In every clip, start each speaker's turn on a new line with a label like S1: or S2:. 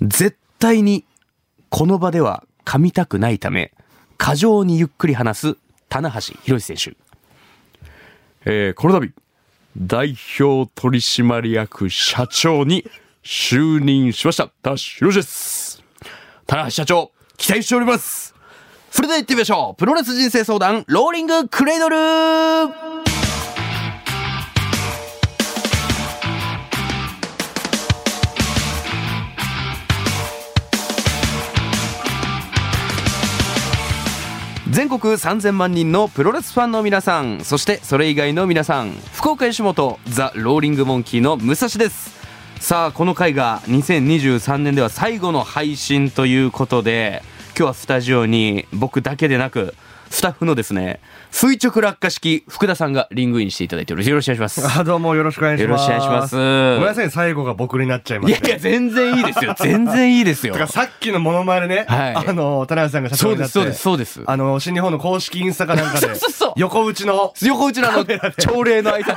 S1: 絶対にこの場では噛みたくないため、過剰にゆっくり話す棚橋宏選手。えーこの度、代表取締役社長に就任しました。棚橋宏です。棚橋社長、期待しております。それでは行ってみましょう。プロレス人生相談、ローリングクレードル全国3000万人のプロレスファンの皆さんそしてそれ以外の皆さん福岡吉本ザ・ローリング・モンキーの武蔵ですさあこの回が2023年では最後の配信ということで今日はスタジオに僕だけでなくスタッフのですね垂直落下式福田さんがリングインしていただいてよろしくお願いします
S2: あどうもよろしくお願いします。
S1: よろしくお願いします
S2: ごめんなさい、最後が僕になっちゃいま
S1: いや
S2: した。
S1: いや全然いいですよ全然いいですよ
S2: だからさっきのモノマネね、
S1: はい
S2: あの、田辺さんが社長になって、
S1: そうですそうですそうです
S2: あの、新日本の公式インスタかなんか
S1: そ
S2: で
S1: うそうそう、
S2: 横打ちの、
S1: 横内のあの朝礼の挨拶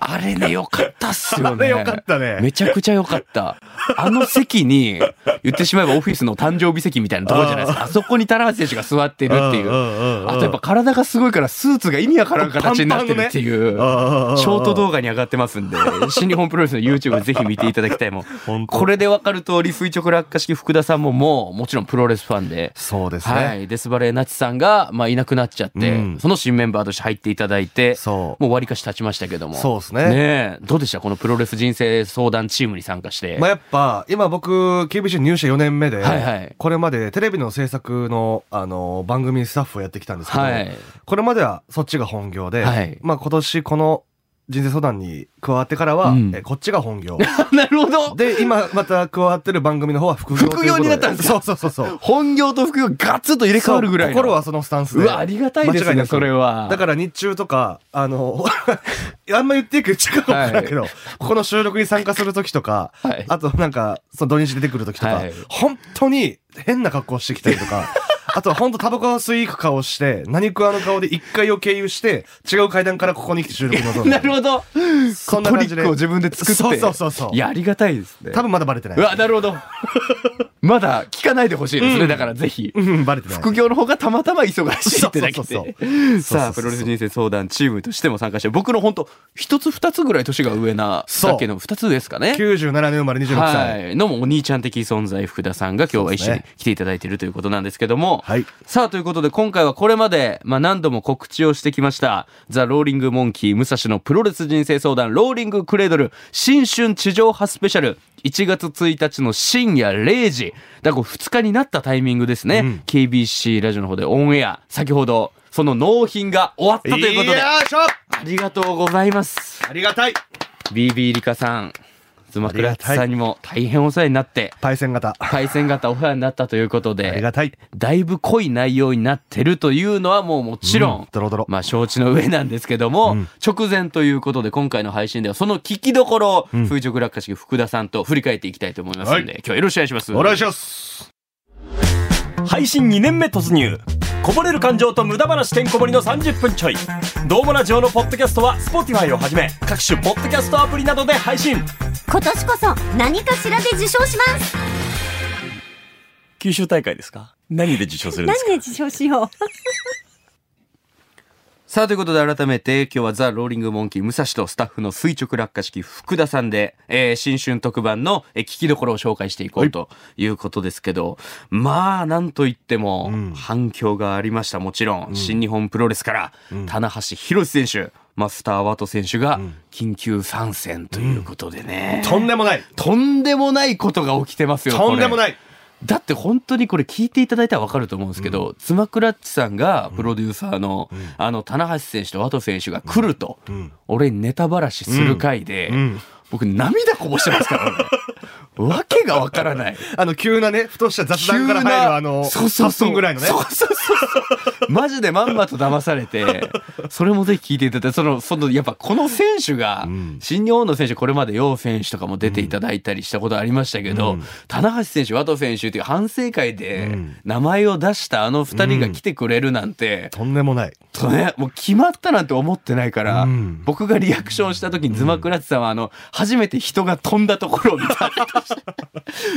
S1: あれねよかったっすよね
S2: あれよかったね
S1: めちゃくちゃよかったあの席に言ってしまえばオフィスの誕生日席みたいなとこじゃないですかあそこに田中選手が座ってるっていう
S2: うんうんうんうん
S1: あとやっぱ体がすごいからスーツが意味わからん形になってるっていう、
S2: パンパンのねうんうんうんうん
S1: ショート動画に上がってますんで新日本プロレスの YouTube ぜひ見ていただきたいもん
S2: 本当
S1: これでわかる通り垂直落下式福田さんももうもちろんプロレスファンで
S2: そうですね。
S1: はい、デスバレーナチさんが、まあ、いなくなっちゃって、
S2: うん
S1: その新メンバーとして入っていただいて
S2: そう
S1: もう割りかし経ちましたけども
S2: そうですね
S1: ねえどうでしたこのプロレス人生相談チームに参加して、
S2: まあ、やっぱ、今僕、KBC 入社4年目で、
S1: はいはい
S2: これまでテレビの制作の、あの、番組スタッフをやってきたんですけど、
S1: はい
S2: これまではそっちが本業で、
S1: はい
S2: まあ今年この人生相談に加わってからは、
S1: うん
S2: えこっちが本業。
S1: なるほど
S2: で、今また加わってる番組の方は副業ということで。
S1: 副業になったんですか
S2: そうそうそうそう。
S1: 本業と副業ガツッと入れ替わるぐらいの
S2: そう心はそのスタンスで。
S1: うわありがたいです
S2: 間違
S1: ね
S2: なく
S1: それは
S2: だから日中とか、あの、 あんま言っていく違うかもしれないけど、ここの収録に参加するときとか、
S1: はい
S2: あとなんか、その土日出てくるときとか、
S1: はい
S2: 本当に変な格好してきたり とか、あとは本当タバコを吸い行く顔して、何食わぬ顔で一階を経由して、違う階段からここに来て収録に臨ん で。
S1: なるほど
S2: そんな感じ
S1: トリッ
S2: で
S1: クを自分で作って
S2: そうそうそうそう
S1: いやありがたいですね。
S2: 多分まだバレてないう
S1: わなるほど まだ聞かないでほしいですね、だからぜひ
S2: うん、バレてない。
S1: 副業の方がたまたま忙しいってだけ
S2: そうそう
S1: で。
S2: そう
S1: さあ、プロレス人生相談チームとしても参加して、僕の本当一つ二つぐらい年が上な、
S2: そう
S1: だけど二つですかね。
S2: 97年生まれ26歳。
S1: はい。のもお兄ちゃん的存在、福田さんが今日は一緒に
S2: そうです
S1: 来ていただいているということなんですけども。
S2: はい
S1: さあ、ということで今回はこれまで、まあ何度も告知をしてきました、ザ・ローリング・モンキー、武蔵のプロレス人生相談、ローリング・クレードル、新春地上波スペシャル、1月1日の深夜0時、だから2日になったタイミングですね、KBC ラジオの方でオンエア、先ほど、その納品が終わったということで、あ
S2: よいしょ
S1: りがとうございます。
S2: ありがたい
S1: BB リカさん、ズマクラッツ
S2: あ
S1: さ
S2: りが
S1: ん
S2: たい
S1: にも大変お世話になって、
S2: パイセン型。あ
S1: 対戦型お世話になったということ
S2: り
S1: で
S2: が、たい。
S1: だいぶ濃い内容になってるというのはもうもちろん、
S2: うんドロドロ
S1: まあ承知の上なんですけども、直前ということで今回の配信ではその聞きどころを垂直落下式福田さんと振り返っていきたいと思いますので、
S2: は
S1: 今日はよろしくお願いします。
S2: お願いします。
S3: 配信2年目突入こぼれる感情と無駄話てんこ盛りの30分ちょいどうもラジオのポッドキャストは Spotify をはじめ各種ポッドキャストアプリなどで配信
S4: 今年こそ何かしらで受賞します
S3: 九州大会ですか何で受賞するんですか
S4: で受賞しよう
S1: さあ、ということで改めて、今日はザ・ローリング・モンキー、武蔵とスタッフの垂直落下式、福田さんで、えー新春特番の、えー聞きどころを紹介していこうということですけど、まあ、なんといっても、反響がありました。もちろん、新日本プロレスから、棚橋宏選手、マスター・ワト選手が、緊急参戦ということでね。
S2: とんでもない。
S1: とんでもないことが起きてますよ、
S2: とんでも
S1: い
S2: ない。
S1: だって本当にこれ聞いていただいたら分かると思うんですけど、つまくらっちさんがプロデューサーの、あの、棚橋選手とワト選手が来ると、俺にネタばらしする回で、僕涙こぼしてます からね。わけが分からない。
S2: あの、急なね、ふとした雑談から入るあの、
S1: そうそう
S2: 8
S1: そう
S2: 分ぐらいのね。
S1: そうそうそうマジでまんまと騙されて、それもぜひ聞いていただいて、その、その、やっぱこの選手が、新日本の選手、これまで楊選手とかも出ていただいたりしたことありましたけど、棚橋選手、和藤選手っていう反省会で
S2: ん、
S1: 名前を出したあの二人が来てくれるなんて、
S2: とんでもない。
S1: とね、もう決まったなんて思ってないから、
S2: うん
S1: 僕がリアクションした時にズマクラッツさんは、あの、初めて人が飛んだところを見た。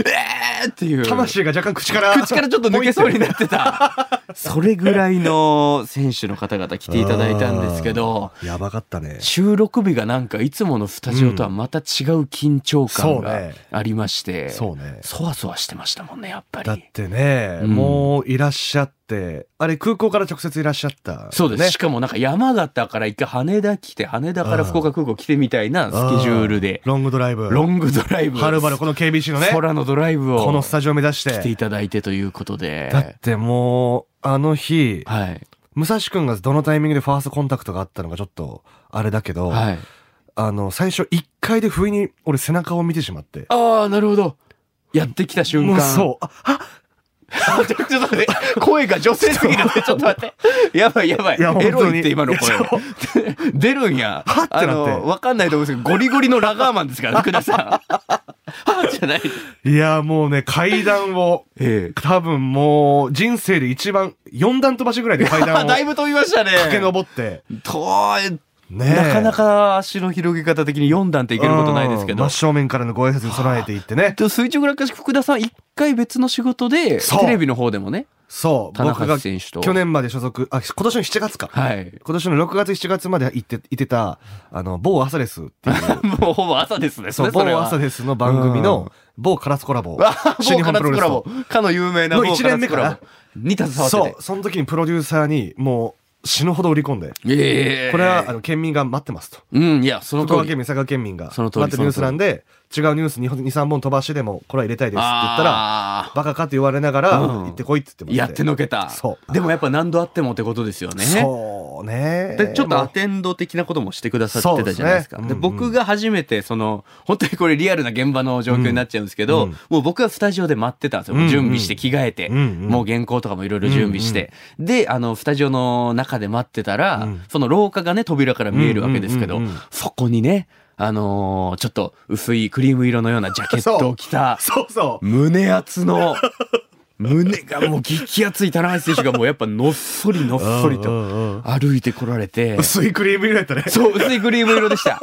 S1: えーっていう。
S2: 魂が若干口から。
S1: 口からちょっと抜けそうになってた。それぐらいの選手の方々来ていただいたんですけど、
S2: あー。 やばかったね。
S1: 収録日がなんかいつものスタジオとはまた違う緊張感
S2: そう
S1: が
S2: ね
S1: ありまして、
S2: そうね
S1: そわそわしてましたもんね、やっぱ
S2: だっ
S1: り。
S2: てね、
S1: うん
S2: もういらっしゃって、あれ空港から直接いらっしゃった。
S1: そうです、
S2: ね
S1: し。かもなんか山形から一回羽田来て、羽田から福岡空港来てみたいなスケジュールで、
S2: ロングドライブ。
S1: ロングドライブ。
S2: はるばるこの KBC のね、
S1: 空のドライブを
S2: このスタジオ目指し
S1: 来て
S2: て。
S1: いただいてということで。
S2: だってもう、あの日、
S1: はい。
S2: 武蔵くんがどのタイミングでファーストコンタクトがあったのかちょっと、あれだけど、
S1: はい。
S2: あの、最初1回で不意に俺背中を見てしまって。
S1: ああ、なるほど。やってきた瞬
S2: もう
S1: 間。
S2: そう。あ
S1: あちょちょっと待って、声が女性すぎるちょっと待って。やばいやばい。
S2: いや本当
S1: エ
S2: に
S1: ロいって今の声
S2: いやそ。
S1: 出るんや。
S2: はってなって
S1: あの、わかんないと思うんですけど、ゴリゴリのラガーマンです から、福田さん。はじゃない。
S2: いや、もうね、階段を、
S1: ええ。
S2: 多分もう、人生で一番、4段飛ばしぐらいで 階
S1: あ、
S2: 段 を
S1: だい
S2: 駆
S1: ぶ飛びましたね。
S2: け上って、
S1: 遠い。
S2: ねえ
S1: なかなか足の広げ方的に4段っていけることないですけ
S2: う
S1: ど
S2: ん真。正面からのご挨拶に備えていってね。
S1: でも垂直落下式福田さん一回別の仕事で
S2: そう
S1: テレビの方でもね
S2: そう、
S1: 田
S2: 僕
S1: 中
S2: が
S1: 選手と
S2: 去年まで所属、あ、今年の7月か。
S1: はい
S2: 今年の6月、7月まで行って、いてた、あの、某朝ですっていう、
S1: もうほぼ朝ですね
S2: そう、
S1: そ
S2: 某
S1: れは
S2: 朝ですの番組の、某カラスコ ラボ
S1: あ、
S2: 新日本プロレスの。
S1: かの有名な
S2: の
S1: 某
S2: 一年目
S1: カラスコラボに携わ
S2: そ
S1: って
S2: う、その時にプロデューサーに、もう、死ぬほど売り込んで、
S1: てええ
S2: これは、あの、県民が待ってますと。
S1: うんいやその
S2: 福
S1: 通
S2: 岡
S1: り
S2: 県民、佐賀県民が
S1: その
S2: 待
S1: 通り
S2: ってるニュースなんで、違うニュース2、3本飛ばしてでも、これは入れたいですって言ったら、
S1: あ
S2: バカかって言われながら、
S1: うん
S2: 行ってこいって言って
S1: ー
S2: もら
S1: や
S2: っ。
S1: っててのけた
S2: そう
S1: でもやっぱ何度あってもってことですよね
S2: そうね。
S1: でちょっと
S2: も
S1: ア
S2: う
S1: テンド的なこともしてくださってたじゃないですか。
S2: そ
S1: で
S2: うですねうんうん
S1: 僕が初めてその本当にこれリアルな現場の状況になっちゃうんですけど、
S2: うんうん
S1: もう僕はスタジオで待ってたんですよ。もう準備して着替えて、
S2: うんうん
S1: もう原稿とかもいろいろ準備して、であのスタジオの中で待ってたら、
S2: うん
S1: その廊下がね扉から見えるわけですけど、
S2: うんうんうんうん
S1: そこにねあのーちょっと薄いクリーム色のようなジャケットを着た
S2: そうそう。
S1: 胸厚の。胸がもう激熱い棚橋選手がもうやっぱのっそりのっそり
S2: うんうんう
S1: と
S2: ん
S1: 歩いてこられて
S2: 薄いクリーム入れたね。
S1: そう、薄いクリーム色でした。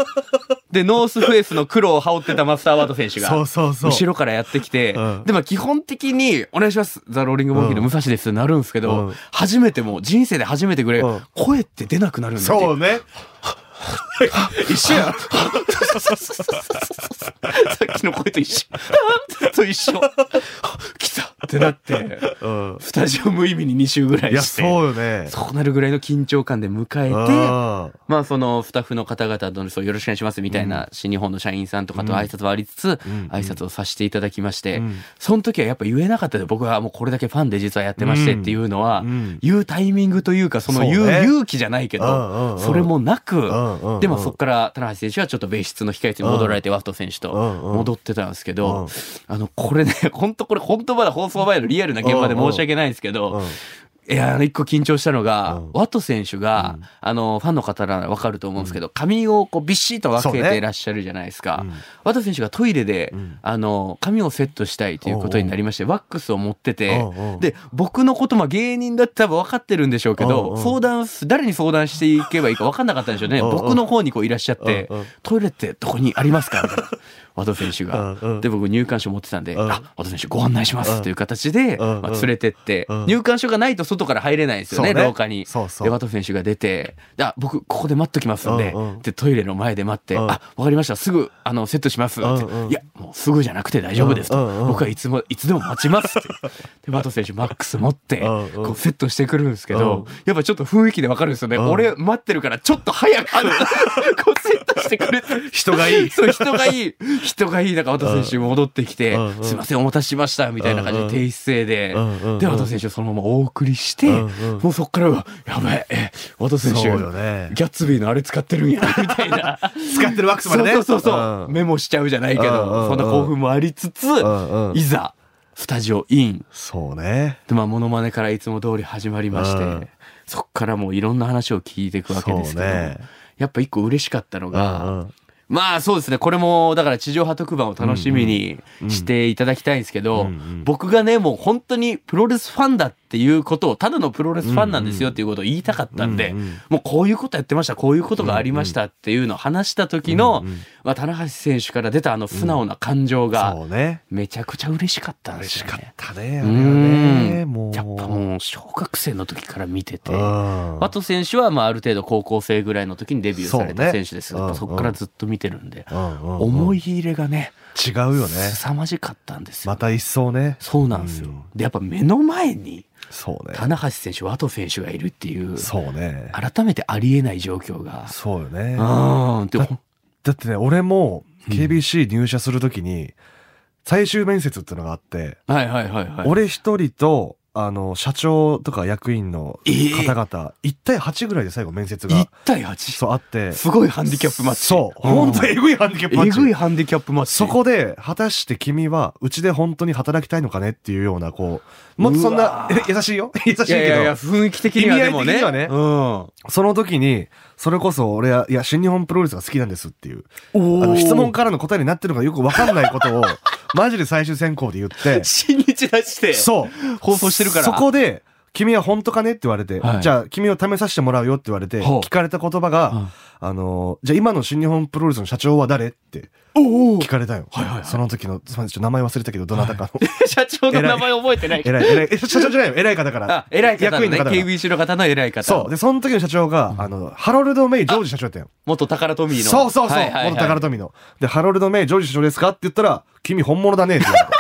S1: で、ノースフェイスの黒を羽織ってたマスターワード選手が。
S2: そうそうそう
S1: 後ろからやってきて、
S2: うん
S1: で、まあ基本的に、お願いします、ザ・ローリング・モンキーの武蔵ですってなるんですけど、
S2: うん
S1: 初めてもう、人生で初めてぐらい、
S2: うん
S1: 声って出なくなるんだっていう
S2: そうね。一緒やん。
S1: さっきの声と一緒。と一緒。来たってなって、
S2: うん
S1: スタジオ無意味に2周ぐら
S2: い
S1: い
S2: や、
S1: して。
S2: そうよね。
S1: そうなるぐらいの緊張感で迎えて、
S2: あー
S1: まあそのスタッフの方々とのそうよろしくお願いしますみたいな新日本の社員さんとかと挨拶はありつつ
S2: ん
S1: 挨拶をさせていただきまして
S2: うん
S1: その時はやっぱ言えなかったで僕はもうこれだけファンで実はやってましてっていうのは
S2: うん
S1: 言うタイミングというかその
S2: そうね
S1: 言う勇気じゃないけ
S2: うんうんう
S1: ど
S2: ん
S1: それもなく
S2: んうんうん
S1: でまあそこから田中選手はちょっと別室の控え室に戻られてワフト選手と
S2: うんうん
S1: 戻ってたんですけ
S2: う
S1: ど
S2: ん
S1: あのこれね 本当これ本当まだ放送前のリアルな現場で申し訳ないんですけ
S2: う
S1: ど
S2: ん
S1: いや、あの、一個緊張したのが、
S2: うん
S1: ワト選手が、あの、ファンの方ならわかると思うんですけど、髪をこうびっしりと分け
S2: そう
S1: て
S2: ね
S1: いらっしゃるじゃないですか。
S2: うん
S1: ワト選手がトイレで、
S2: ん
S1: あの、髪をセットしたいということになりまして、ワックスを持ってて、
S2: うんうん
S1: で、僕のこと、まあ芸人だって多分分かってるんでしょうけど、
S2: うんうん
S1: 相談す、誰に相談していけばいいか分かんなかったんでしょうね。
S2: うんうん
S1: 僕の方にこういらっしゃって、
S2: うんうん
S1: トイレってどこにありますかみたいな。ワト選手が。
S2: うんうん
S1: で、僕入館証持ってたんで、
S2: うん
S1: あ、ワト選手ご案内しますという形で、
S2: うんうん
S1: まあ、連れてって、
S2: うん
S1: 入館証がないと外から入れないんですよね、
S2: そうね
S1: 廊下に。
S2: そうそう
S1: で、ワト選手が出て、あ、僕、ここで待っときますんで、
S2: うんうん
S1: で、トイレの前で待って、
S2: うん
S1: あ、わかりました、すぐ、あの、セットします、って
S2: うんうん
S1: いや、もうすぐじゃなくて大丈夫ですと、
S2: うんうん
S1: 僕はいつも、いつでも待ちますって。で、ワト選手、マックス持って、
S2: うんうん
S1: こう、セットしてくるんですけど、
S2: うん
S1: やっぱちょっと雰囲気でわかるんですよね。
S2: うん
S1: 俺、待ってるから、ちょっと早く、 こう、セットしてくれて。
S2: 人がいい。
S1: そう、人が いい。人がいい。だから、渡選手戻ってきて
S2: うんう、ん
S1: すいません、お待たせしました、みたいな感じ
S2: うん
S1: で、
S2: うん
S1: 低姿勢で
S2: うんうんう、ん
S1: で、渡選手をそのままお送りして、
S2: うんうん
S1: もうそっからは、やばい、え、渡選手、
S2: そうよね
S1: ギャッツビーのあれ使ってるん や、みたいな。
S2: 使ってるワックスまでね。
S1: そうそうそうそう、メモしちゃうじゃないけど、
S2: うんうんうん
S1: そんな興奮もありつつ、
S2: んうん
S1: いざ、スタジオイン。
S2: そうね。
S1: で、まあ、モノマネからいつも通り始まりまして、
S2: うん
S1: そっからもういろんな話を聞いていくわけですけど、
S2: そうね
S1: やっぱ一個嬉しかったのが、
S2: うんうん
S1: まあそうですねこれもだから地上波特番を楽しみにしていただきたいんですけど、
S2: うんうん
S1: 僕がねもう本当にプロレスファンだっていうことをただのプロレスファンなんですよっていうことを言いたかったんで、
S2: うんうん
S1: もうこういうことやってましたこういうことがありましたっていうのを話した時の、
S2: うんうん
S1: まあ、棚橋選手から出たあの素直な感情が
S2: そうね。
S1: めちゃくちゃ嬉しかったんで
S2: 嬉
S1: す
S2: し
S1: よ
S2: かっ
S1: ね。
S2: たね。あ
S1: う
S2: れはね
S1: ん
S2: もう。
S1: やっぱもう小学生の時から見てて。
S2: うん。
S1: ワト選手はまあある程度高校生ぐらいの時にデビューされ
S2: そう
S1: た
S2: ね
S1: 選手ですが、
S2: うん
S1: やっぱそこからずっと見てるんで、
S2: うんうんうん
S1: 思い入れがね、
S2: 違うよね。
S1: 凄まじかったんですよ。
S2: また一層ね。
S1: そうなんですよ。で、やっぱ目の前に、
S2: そうね。
S1: 棚橋選手、ワト選手がいるっていう、
S2: そうね。
S1: 改めてありえない状況が。
S2: そうよね。
S1: うん。で、
S2: だだってね、俺も KBC 入社するときに、最終面接っていうのがあって、
S1: はいはいはいはい。
S2: 俺一人と、あの、社長とか役員の方々、1対8ぐらいで最後面接が
S1: 1、対8。
S2: そうあって、
S1: すごいハンディキャップマッチ。
S2: そう、
S1: ん
S2: 本当えぐいハンディキャップマッ
S1: え
S2: チ。
S1: ぐいハンディキャップマッチ。
S2: そこで、果たして君は、うちで本当に働きたいのかねっていうような、こう、もっとそんな、え優しいよ 優しいけど。
S1: いやいやいや、雰囲気的にはでもね。
S2: 意味合い的にその時に、それこそ俺は、いや、新日本プロレスが好きなんですっていう、
S1: うん。
S2: あの質問からの答えになってるのがよくわかんないこ とを、マジで最終選考で言って、
S1: 新日出して、
S2: そう。
S1: 放送してるから
S2: そこで、君は本当かねって言われて、
S1: はい
S2: じゃあ君を試させてもらうよって言われて、
S1: ほう
S2: 聞かれた言葉が、
S1: うん
S2: あの、じゃあ今の新日本プロレスの社長は誰って
S1: おお
S2: 聞かれたよ。
S1: はいはいはい
S2: その時の、すみません、ちょっと名前忘れたけど、どな たかの。
S1: 社長の名前覚えてない。
S2: 偉い、偉い、え社長じゃないよ、偉い方から。
S1: あ、偉い方
S2: 役
S1: の
S2: 員
S1: ね、
S2: の方から
S1: KBC の方の偉い方。
S2: そう。で、その時の社長が、あの、ハロルド・メイ・ジョージ社長やったよ。
S1: 元宝富の。
S2: そうそうそう。
S1: はいはいはい
S2: 元宝富の。で、ハロルド・メイ・ジョージ社長ですかって言ったら、君本物だねって言われて。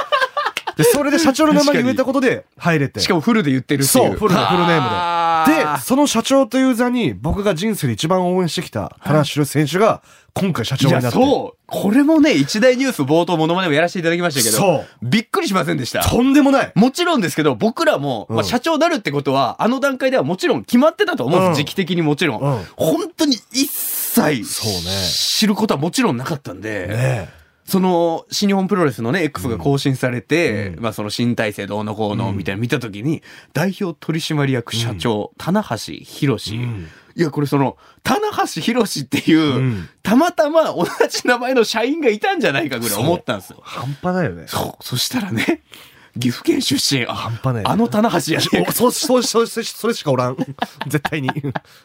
S2: で、それで社長の名前言えたことで入れて。
S1: しかもフルで言ってるっていう。
S2: そう、フルのフルネ
S1: あ
S2: ームで。で、その社長という座に、僕が人生で一番応援してきた、田中宏選手が、今回社長
S1: い
S2: になっ
S1: や、
S2: て。
S1: そう。これもね、一大ニュース冒頭モノマネもやらせていただきましたけど、
S2: そう
S1: びっくりしませんでした。
S2: とんでもない。
S1: もちろんですけど、僕らも、
S2: うん
S1: まあ、社長なるってことは、あの段階ではもちろん決まってたと思うんです、
S2: うん
S1: 時期的にもちろん。
S2: うん
S1: 本当に一切、
S2: そうね
S1: 知ることはもちろんなかったんで、
S2: ね
S1: その、新日本プロレスのね、X が更新されて、
S2: うん
S1: まあその新体制どうのこうの、みたいなの見たときに、代表取締役社長、棚橋博士、
S2: ん
S1: いや、これその、棚橋博士っていう、
S2: うん
S1: たまたま同じ名前の社員がいたんじゃないかぐらい思ったんですよ。
S2: 半端ないよね。
S1: そう。そしたらね、岐阜県出身、あ、
S2: 半端ない
S1: あの棚橋やね
S2: おそう、そう、そう、そうそれしかおらん。 絶対に。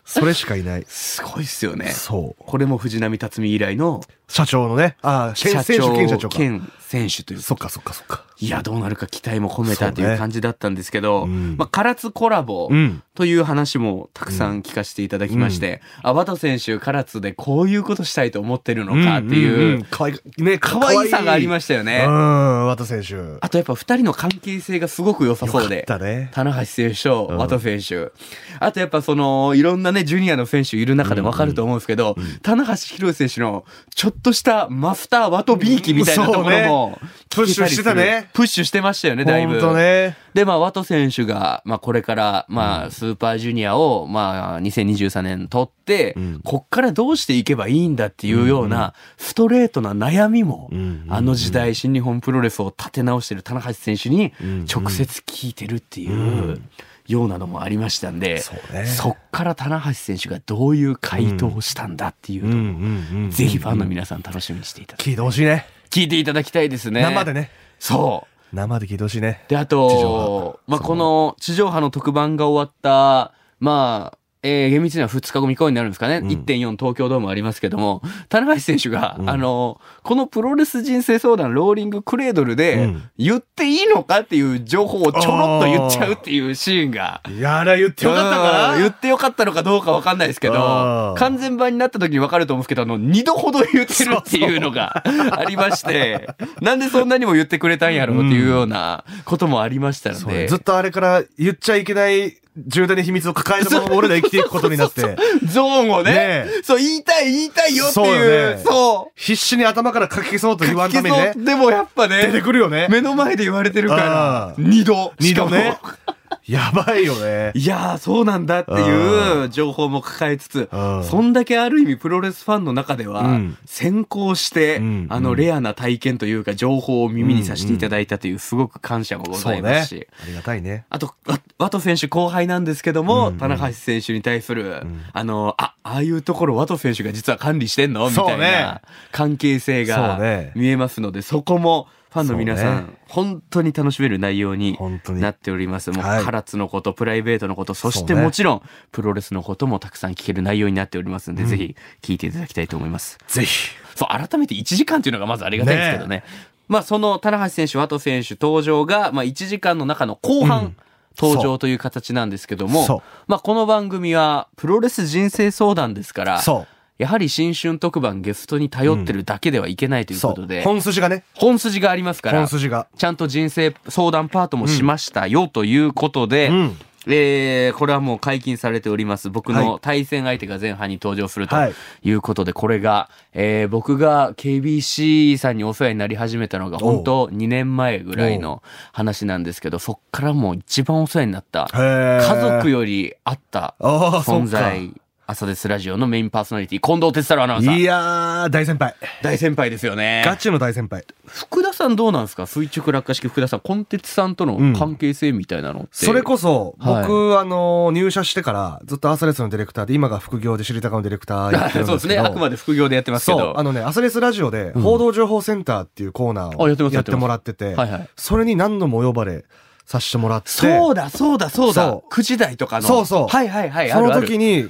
S2: それしかいない。
S1: すごいっすよね。
S2: そう。
S1: これも藤波辰巳以来の
S2: 社長のね。ああ、
S1: 社
S2: 選
S1: 長
S2: 手兼社長か。
S1: 兼選手という
S2: そっかそっかそっか。
S1: いや、どうなるか期待も込めたと
S2: そう
S1: いう
S2: ね
S1: 感じだったんですけど、
S2: うん
S1: まあ、唐津コラボ
S2: うん
S1: という話もたくさん聞かせていただきまして、あ、ワト選手、唐津でこういうことしたいと思ってるのかっていう、
S2: んんんかわいい、ね、か
S1: 可
S2: わいい
S1: 愛さがありましたよね。
S2: うん、渡選手。よ
S1: あとやっぱ二人の関係性がすごく良さ
S2: か
S1: そう
S2: っ
S1: で。
S2: たね。
S1: 棚橋選手とワト選手、あとやっぱそのいろんなねジュニアの選手いる中で分かると思うんですけど、棚橋宏選手のちょっとしたマスターワトビーキみたいなところも
S2: そうね
S1: 聞けりする
S2: プッシュしてたね
S1: プッシュしてましたよねだい
S2: ほん
S1: ぶ
S2: とね。
S1: で、まあ、ワト選手が、まあ、これから、まあ、スーパージュニアを、まあ、2023年取って、
S2: うん
S1: こっからどうしていけばいいんだっていうような、ストレートな悩みも、
S2: ん
S1: あの時代、新日本プロレスを立て直してる棚橋選手に
S2: ん、
S1: 直接聞いてるっていう、
S2: ん
S1: ようなのもありましたんで、
S2: そうね
S1: そっから棚橋選手がどういう回答をしたんだっていう
S2: うんう
S1: のを、
S2: んうん。
S1: ぜひファンの皆さん楽しみにしていただき、
S2: 聞いてほしいね。
S1: 聞いていただきたいですね。
S2: 生でね。
S1: そう。
S2: 生で聞いてほしいね。
S1: で、あ
S2: 地上
S1: と、
S2: 波
S1: まあ、この地上波の特番が終わった、まあ、えー厳密には2日後、未公演になるんですかね。1.4東京ドームありますけども、棚橋選手が、あの、このプロレス人生相談、ローリングクレードル
S2: う
S1: で
S2: ん、
S1: 言っていいのかっていう情報をちょろっと言っちゃうっていうシーンが。
S2: いやあら、言ってよかったか
S1: う
S2: なん
S1: 言ってよかったのかどうかわかんないですけ
S2: う
S1: ど
S2: ん、
S1: 完全版になった時にわかると思うんですけど、あの、二度ほど言ってるっていうの がありまして、なんでそんなにも言ってくれたんやろうっていうようなこともありましたの
S2: そうね
S1: で、
S2: ずっとあれから言っちゃいけない重大な秘密を抱えたまま俺ら生きていくことになって、
S1: ゾーンをね
S2: ね、
S1: そう、言いたい言いたいよって
S2: そう
S1: い
S2: よ
S1: う、
S2: ね
S1: そう。
S2: 必死に頭からかき消そうと言わんために
S1: 聞
S2: ね
S1: き、そうでもやっぱ
S2: 出て
S1: ね、
S2: くるよね。
S1: 目の前で言われてるから、
S2: うん
S1: 二度。
S2: 二度ね
S1: しかも。
S2: やばいよ ね。
S1: いやー、そうなんだっていう情報も抱えつつ
S2: うん、
S1: そんだけある意味プロレスファンの中で
S2: う
S1: は
S2: ん、
S1: 先行して、
S2: うん
S1: あの、レアな体験というか、情報を耳にさせていただいたという、すごく感謝もござ
S2: そう
S1: いま
S2: ね
S1: すし。。
S2: ありがたいね。
S1: あと、わワト選手後輩なんですけども、
S2: うん
S1: 棚橋選手に対する、
S2: ん
S1: あの、あ、ああいうところワト選手が実は管理してんのみた
S2: そ
S1: いうな
S2: ね
S1: 関係性
S2: そう
S1: が
S2: ね
S1: 見えますので、そこもファンの皆さん、
S2: そうね
S1: 本当に楽しめる内容に
S2: 本当に
S1: なっております。もう、
S2: はい
S1: 唐津のこと、プライベートのこと、そして
S2: そうね
S1: もちろん、プロレスのこともたくさん聞ける内容になっておりますので、ぜひ聞いていただきたいと思います。
S2: ぜひ。
S1: そう、改めて1時間っていうのがまずありがたいですけどね。まあ、その、棚橋選手、ワト選手登場が、まあ、1時間の中の後半、
S2: うん
S1: 登場という形なんですけど
S2: そ
S1: も
S2: う、
S1: まあ、この番組は、プロレス人生相談ですから、
S2: そ
S1: やはり新春特番ゲストに頼ってるだけではいけないと
S2: う。
S1: いう
S2: そ
S1: こと
S2: う。
S1: で、
S2: 本筋がね。
S1: 本筋がありますから
S2: 本、筋が。
S1: ちゃんと人生相談パートもしましたよということで、
S2: うん
S1: えーこれはもう解禁されております。僕
S2: は
S1: の
S2: い
S1: 対戦相手が前半に登場すると
S2: はい
S1: いうことで、これが、えー僕が KBC さんにお世話になり始めたのが本当2年前ぐらいの話なんですけど、そっからもう一番お世話になった、
S2: へー
S1: 家族よりあった
S2: ああ、そ
S1: 存
S2: っか。
S1: 在、朝ですラジオのメインパーソナリティ、近藤哲太郎アナウンサ
S2: い
S1: ー。
S2: やー、大先輩。
S1: 大先輩ですよね。
S2: ガチの大先輩。
S1: 福田さんどうなんですか垂直落下式福田さん、コンテンツさんとの関係性みたいなのって。
S2: それこそ、
S1: はい
S2: 僕、あの、入社してから、ずっとアサレスのディレクターで、今が副業で知りたかのディレクターやって るんですけど。
S1: そうですね。あくまで副業でやってますけ
S2: そう
S1: ど。、
S2: あのね、アサレスラジオで、報道情報センターっていうコー
S1: あ
S2: ナ
S1: やって
S2: ー
S1: ま
S2: を
S1: す
S2: やってもらって
S1: やって
S2: て
S1: ますはいはい、
S2: それに何度も呼ばれさせてもらって、
S1: そうだ、そうだ、そうだ
S2: そ。う
S1: 9時台とかの。
S2: そうそう
S1: はいはいはい。
S2: その
S1: あるある
S2: 時に、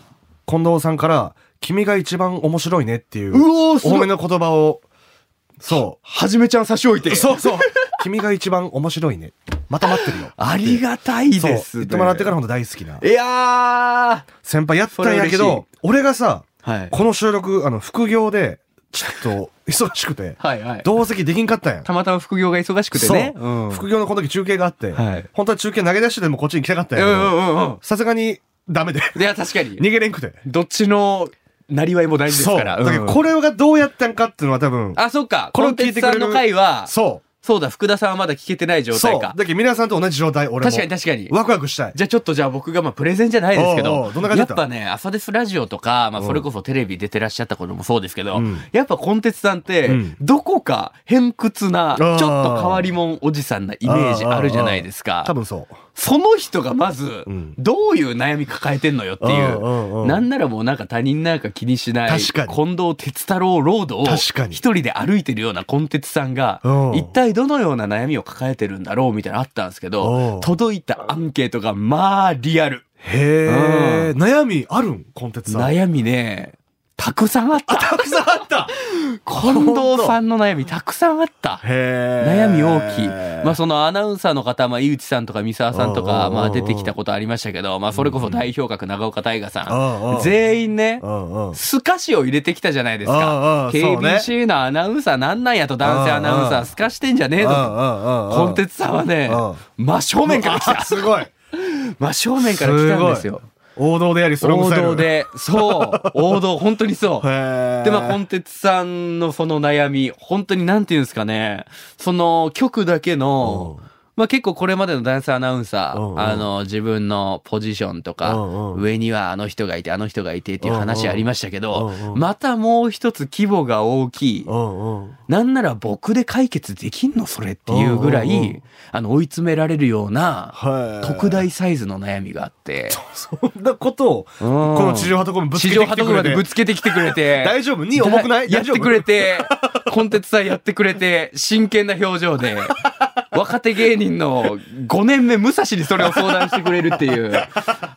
S2: 近藤さんから、君が一番面白いねっていう、
S1: うおーすごい
S2: お褒めの言葉を、そ
S1: はじめちゃん差し置いて
S2: う。そうそう。 君が一番面白いね。また待ってるよ。
S1: ありがたい
S2: そう
S1: で。す、。。
S2: 言ってもらってからら本当大好きない
S1: や
S2: 先輩やったんや
S1: それ嬉
S2: け
S1: し
S2: ど、俺がさ、
S1: ー。はい。
S2: この収録、あの、副業で、ちょっと、忙しくて、
S1: はいはい。
S2: 同席できんかったんやん。
S1: たまたま副業が忙しくてね。
S2: そう、
S1: ん
S2: 副業のこの時中継があって、
S1: はい
S2: 本当は中継投げ出してでもこっちに来たかったん
S1: う
S2: や
S1: ん
S2: け
S1: う
S2: ど
S1: んうん
S2: さすがにダ メで
S1: うん。いや、確かに。
S2: 逃げれんくて
S1: どっちのなりわいも大事です
S2: そう
S1: から。
S2: だけど
S1: うん
S2: これがどうやったんかっていうのは多分
S1: あ、そっか。
S2: これ
S1: コ
S2: を
S1: ンテ
S2: 聞
S1: ン
S2: い
S1: ツ
S2: てく
S1: さ
S2: れ
S1: ん
S2: る
S1: の回は、
S2: そ
S1: そうだ、福田さんはまだ聞けてない状
S2: うそ
S1: 態
S2: う
S1: か
S2: だ。けど皆さんと同じ状態俺も
S1: 確かに確かに。
S2: ワクワクしたい
S1: じゃあちょっとじゃあ僕がまあプレゼンじゃないですけ
S2: おう
S1: ど
S2: おうどんな感じ
S1: や
S2: だ
S1: っ
S2: った
S1: ぱね朝ですラジオとか、まあ、それこそテレビ出てらっしゃった頃もそうですけど、
S2: うん
S1: やっぱコンテンツさんって、
S2: うん
S1: どこか偏屈なちょ
S2: ー
S1: っと変わりもんおじさんなイメージあるじゃないですか
S2: 多分そう
S1: その人がまず
S2: うん
S1: どういう悩み抱えてんのよっていう
S2: うんうんうん
S1: なんならもうなんか他人なんか気にしない
S2: 確かに
S1: 近藤哲太郎ロードを
S2: 確かに
S1: 一人で歩いてるようなコンテンツさんが
S2: うん
S1: 一体どのような悩みを抱えてるんだろうみたいなのあったんですけ
S2: う
S1: ど
S2: ん
S1: 届いたアンケートがまあリアル
S2: へえ悩みあるんコンテンツさん
S1: 悩みねたくさんあった
S2: たくさんあった
S1: 近藤さんの悩みたくさんあった
S2: へえ
S1: 悩み大きい。まあそのアナウンサーの方、まあ井内さんとか三沢さんとか、
S2: うんうんうんうん
S1: まあ出てきたことありましたけど、まあそれこそ代表格長岡大河
S2: うん
S1: さ
S2: うん
S1: ん、全員ね
S2: う、んうん
S1: スカシを入れてきたじゃないですか。
S2: うんうんそうね
S1: KBC のアナウンサーなんなんやと男性アナウンサ
S2: うんう
S1: ー
S2: ん
S1: スカしてんじゃねえぞ。コンテン
S2: ツ
S1: ツさんはね
S2: う、
S1: 真正面から来た。
S2: すごい
S1: 真正面から来たんですよ。
S2: 王道でありスロング
S1: 王
S2: スタイル
S1: 道で、そう、王道、本当にそう。
S2: へえ
S1: で、まあ、コンテツさんのその悩み、本当になんていうんですかね、その曲だけの
S2: う、
S1: まあ結構これまでの男性アナウンサ
S2: うんう
S1: ー、
S2: ん
S1: あの、自分のポジションとか
S2: うん、うん
S1: 上にはあの人がいて、あの人がいてっていう
S2: うん
S1: 話
S2: うん
S1: ありましたけど
S2: うん、うん
S1: またもう一つ規模が大きい、
S2: うんうん
S1: なんなら僕で解決できんのそれっていうぐら
S2: うんうんう
S1: い、あの、追い詰められるような、
S2: はい
S1: 特大サイズの悩みがあって、
S2: そんなことを、 こ
S1: うん
S2: の地上波とこもぶつ
S1: 地
S2: け
S1: 上
S2: て
S1: 波と
S2: きて
S1: か
S2: く
S1: ま
S2: れ
S1: で
S2: て。
S1: ぶつけてきてくれて、
S2: 大丈夫に重くない
S1: や
S2: 大
S1: っ
S2: 丈夫
S1: てくれて、コンテンツさんやってくれて、真剣な表情 で、若手芸人の5年目武蔵にそれを相談してくれるっていう、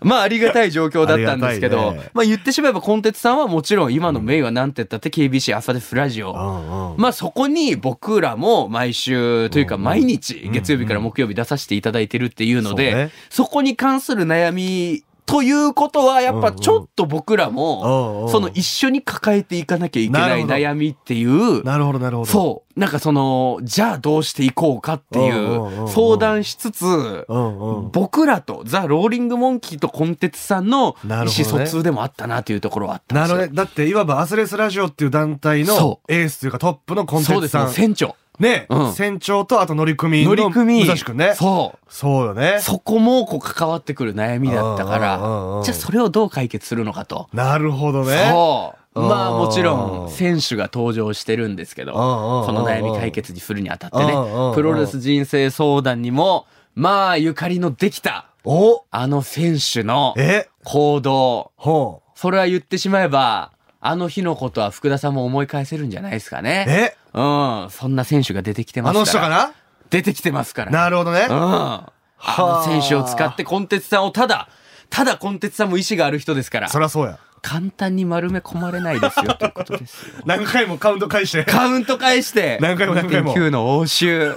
S1: まあありがたい状況だったんですけ
S2: あ
S1: ど、
S2: りがたいね
S1: まあ言ってしまえばコンテンツさんはもちろん今のメインはなんて言ったって KBC 朝ですラジオ。
S2: うんうん
S1: まあそこに僕らも毎週というか毎日
S2: ん
S1: 月曜日から木曜日出させていただいてるっていうの
S2: そう
S1: で
S2: ね、
S1: そこに関する悩みということはやっぱちょっと僕ら
S2: うん
S1: も
S2: うん
S1: その一緒に抱えていかなきゃいけない
S2: なるほど
S1: 悩みっていう、
S2: なるほど、なるほど。
S1: そう、なんかその、じゃあどうしていこうかって
S2: うんうんうん
S1: いううん相談しつつ、
S2: うんうん。
S1: 僕らとザ・ローリング・モンキーとコンテツさんの意
S2: なる
S1: 思
S2: ほどね
S1: 疎通でもあったなというところはあったんで
S2: な
S1: す
S2: る
S1: よ。
S2: ほどね。だって、いわばアスレスラジオっていう団体
S1: そ
S2: のエースというかトップのコンテ
S1: そう
S2: ン
S1: で
S2: ツ
S1: す
S2: さ
S1: ね、
S2: ん
S1: 船長。
S2: ね、
S1: うん
S2: 船長とあと乗組員の
S1: 乗組員
S2: 武蔵君ね。
S1: そう
S2: そうよね。
S1: そこもこう関わってくる悩みだったか
S2: うんうんうんう
S1: ら
S2: ん
S1: じゃあそれをどう解決するのかと。
S2: なるほどね。
S1: そうまあ
S2: うん
S1: もちろん選手が登場してるんですけど
S2: うんうんうん
S1: その悩み解決にするにあたってね
S2: うんうんうん
S1: プロレス人生相談にもまあゆかりのできた
S2: お
S1: あの選手の
S2: え
S1: 行動
S2: ほう。
S1: それは言ってしまえばあの日のことは福田さんも思い返せるんじゃないですかね。
S2: え
S1: うん、そんな選手が出てきてま
S2: あ
S1: すから。
S2: の人かな
S1: 出てきてますから。
S2: なるほどね
S1: う。ん。あの選手を使ってコンテツさんをただ、ただコンテツさんも意志がある人ですから、
S2: そりゃそうや。
S1: 簡単に丸め込まれないですよということですよ。
S2: 何回もカウント返して。
S1: カウント返して、
S2: 何回も何回も
S1: 1.9の応酬。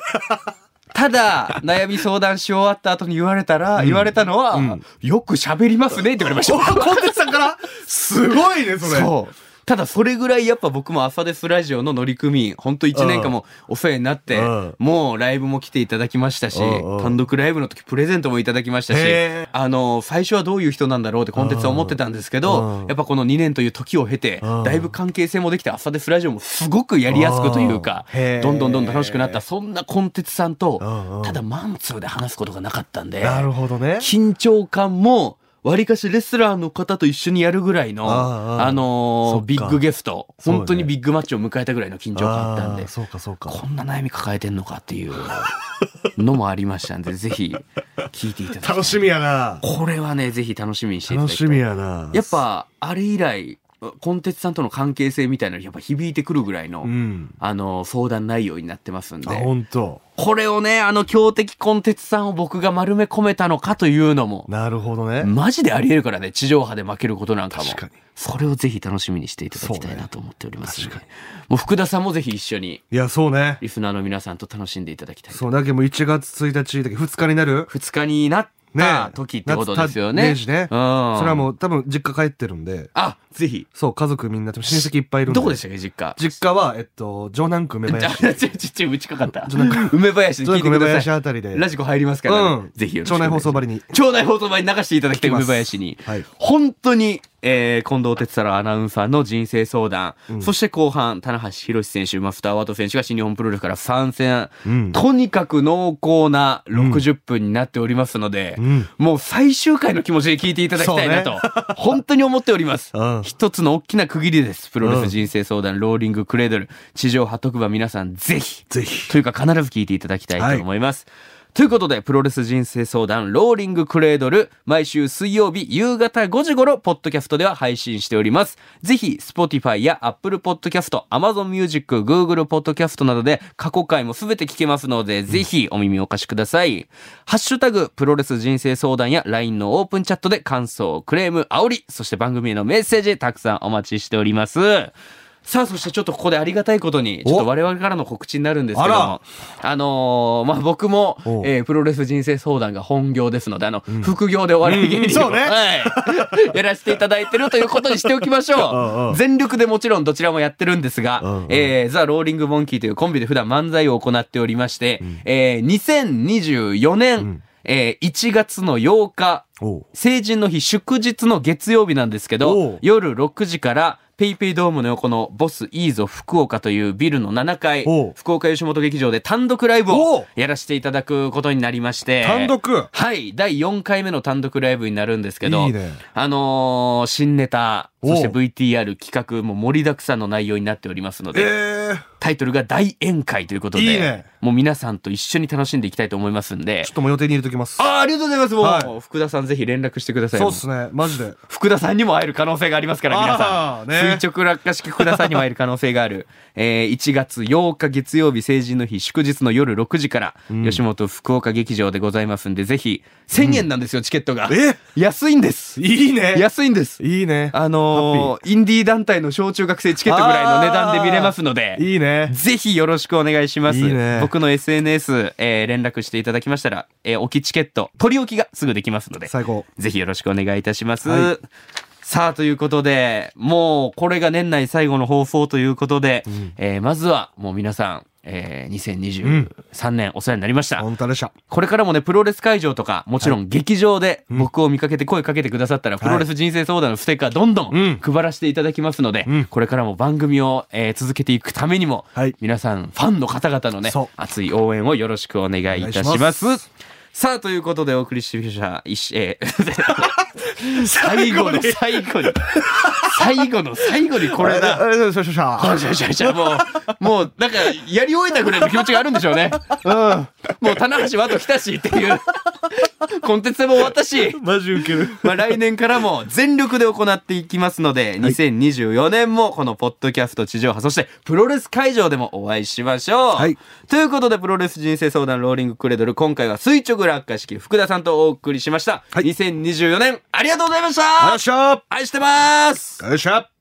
S1: ただ、悩み相談し終わった後に言われたら、言われたのは、よく喋りますねって言われま した。
S2: コンテンツさんからすごいね、それ。
S1: そう。ただそれぐらいやっぱ僕も朝ですラジオの乗組員、ほんと1年間もお世話になって
S2: うん、
S1: もうライブも来ていただきましたし
S2: うんう、ん
S1: 単独ライブの時プレゼントもいただきましたし
S2: へー、
S1: あの、最初はどういう人なんだろうってコンテンツは思ってたんですけ
S2: う
S1: ど
S2: ん、
S1: やっぱこの2年という時を経て、
S2: うん
S1: だいぶ関係性もできて朝ですラジオもすごくやりやすくというか
S2: うんへ、ー
S1: どんどんどんどん楽しくなった、そんなコンテンツさんと
S2: うんう、ん
S1: ただマンツーで話すことがなかったんで、
S2: なるほどね。
S1: 緊張感も、わりかしレスラーの方と一緒にやるぐらいの、
S2: あああ
S1: あ
S2: あそ
S1: のー
S2: っか
S1: ビッグゲスト、
S2: そうね
S1: 本当にビッグマッチを迎えたぐらいの緊張感だったんで
S2: あー、そうか、そうか。
S1: こんな悩み抱えてんのかっていうのもありま したんで、ぜひ聞いていただきたい。
S2: 楽しみやな。
S1: これはね、ぜひ楽しみにしていただ
S2: 楽
S1: き
S2: したみ
S1: い。
S2: やな。
S1: やっぱ、あれ以来、コンテンツさんとの関係性みたいなのにやっぱ響いてくるぐらいの、
S2: うん。
S1: あのー相談内容になってますんで
S2: あ、、ほんと。
S1: これをね、あの強敵コンテンツさんを僕が丸め込めたのかというのも、
S2: なるほどね。
S1: マジでありえるからね、地上波で負けることなんかも。
S2: 確かに
S1: それをぜひ楽しみにしていただきたいなと思っておりますので、もう福田さんもぜひ一緒に、
S2: いや、そうね。
S1: リスナーの皆さんと楽しんでいただきたい。
S2: そう、だけどもう1月1日だけ2日になる
S1: 二日になった時ってことですよね。
S2: 夏た年始ね。
S1: う
S2: それ
S1: ん。
S2: は
S1: う。
S2: もう多分実家帰ってるんで。
S1: あ、ぜひ。
S2: そう、家族みんな、親戚いっぱいいるんで。
S1: どこでしたっけ、実家。
S2: 実家は、えっと、城南区梅
S1: じゃ
S2: 林。
S1: あ、 ちょ、ちょ、ちょ、うちかかった。梅林で聞いて
S2: 梅
S1: くだ
S2: 林
S1: さい。
S2: あたりで。
S1: ラジコ入りますから、
S2: うん
S1: ね。ぜひよろしくお
S2: 町
S1: 願
S2: 内
S1: いしま
S2: 放
S1: す
S2: 送ばりに。
S1: 町内放送場に流していただきたい梅林に、
S2: はい
S1: 本当に、えー、近藤哲太郎アナウンサーの人生相談、そして後半棚橋宏選手マスターワート選手が新日本プロレスから参戦、
S2: ん
S1: とにかく濃厚な60分になっておりますので、
S2: ん
S1: もう最終回の気持ちで聞いていただきたいなと、
S2: そう
S1: 本当に思っております、
S2: うん
S1: 一つの大きな区切りですプロレ
S2: う
S1: ス
S2: ん
S1: 人生相談、ローリングクレードル地上波特番皆さんぜひ
S2: ぜひ。
S1: というか必ず聞いていただきたいと思います。ということで、プロレス人生相談、ローリングクレードル、毎週水曜日夕方5時頃、ポッドキャストでは配信しております。ぜひ、Spotify や Apple Podcast、Amazon Music、Google Podcast などで、過去回もすべて聞けますので、ぜひお耳をお貸しください。ハッシュタグ、プロレス人生相談や LINE のオープンチャットで感想、クレーム、煽り、そして番組へのメッセージ、たくさんお待ちしております。さあ、そしてちょっとここでありがたいことに、ちょっと我々からの告知になるんですけども、
S2: あら
S1: あのーまあ、僕も、
S2: おう
S1: えープロレス人生相談が本業ですので、あの、副業でお笑い芸人を、
S2: うんそう
S1: は
S2: ね
S1: い、やらせていただいてるということにしておきまし
S2: うん
S1: ょ
S2: う
S1: う。
S2: ん
S1: 全力でもちろんどちらもやってるんですが、
S2: うんうん
S1: えーザ・ローリング・モンキーというコンビで普段漫才を行っておりまして、えー2024年、えー1月の8日、
S2: おう
S1: 成人の日祝日の月曜日なんですけ
S2: お
S1: ど
S2: う
S1: 夜6時からペイペイドームの横のボスイーゾ福岡というビルの7階
S2: おう
S1: 福岡吉本劇場で単独ライブ
S2: お
S1: を
S2: う
S1: やらせていただくことになりまして
S2: 単独
S1: はい第4回目の単独ライブになるんですけど
S2: いいね
S1: あのー新ネタ
S2: おう
S1: そして VTR 企画も盛りだくさんの内容になっておりますの
S2: え
S1: で
S2: ー、
S1: タイトルが「大宴会」ということで
S2: いいね
S1: もう皆さんと一緒に楽しんでいきたいと思いますんで
S2: ちょっともう予定に入れときます。
S1: あーありがとうございますもう、
S2: は
S1: 福田さんぜひ連絡してください
S2: そうっすね、マジで。
S1: 福田さんにも会える可能性がありますから、皆さ
S2: あ
S1: ん。
S2: ーね
S1: 垂直落下式福田さんにも会える可能性がある。 えー、1月8日月曜日成人の日祝日の夜6時から、吉本福岡劇場でございますんで、ぜひ、1000円なんですよ、チケットが。
S2: え
S1: 安いんです。
S2: いいね
S1: 安いんです。
S2: いいね。
S1: あのーインディー団体の小中学生チケットぐらいの値段で見れますので。
S2: いいね。
S1: ぜひよろしくお願いします。
S2: いいね
S1: 僕の SNS、えー連絡していただきましたら、えー置きチケット、取り置きがすぐできますので、
S2: 最高。
S1: ぜひよろしくお願いいたします。
S2: は
S1: さあ、ということで、もうこれが年内最後の放送ということで、えーまずはもう皆さん、えー、2023年お世話になりました。
S2: 本当でした。
S1: これからもね、プロレス会場とか、もちろん劇場で僕を見かけて声かけてくださったら、プロレス人生相談のステッカーどんどん
S2: ん
S1: 配らせていただきますので、これからも番組を、えー続けていくためにも、
S2: はい
S1: 皆さん、ファンの方々のね
S2: そ、
S1: 熱い応援をよろしくお願いいたし
S2: お
S1: ま
S2: 願い
S1: す
S2: し。
S1: さあ、ということでお送りしてきました、いしえ ー最後の最後に、最後の最後にこれだ。
S2: ありがとうございました。
S1: あじゃあじゃあじゃあも う、もう、なんか、やり終えたぐらいの気持ちがあるんでしょうね。うん。もう、棚橋はあと来たしっていう、コンテンツも終わったし、
S2: マジウケる。
S1: まあ、来年からも全力で行っていきますので、2024年もこのポッドキャスト地上波、そしてプロレス会場でもお会いしましょう。
S2: はい
S1: ということで、プロレス人生相談ローリングクレドル、今回は垂直落下式、福田さんとお送りしました。
S2: はい
S1: 2024年、ありがとうございまし
S2: ありがとうござい
S1: た
S2: ました。あ
S1: 愛してます
S2: りがとうございました。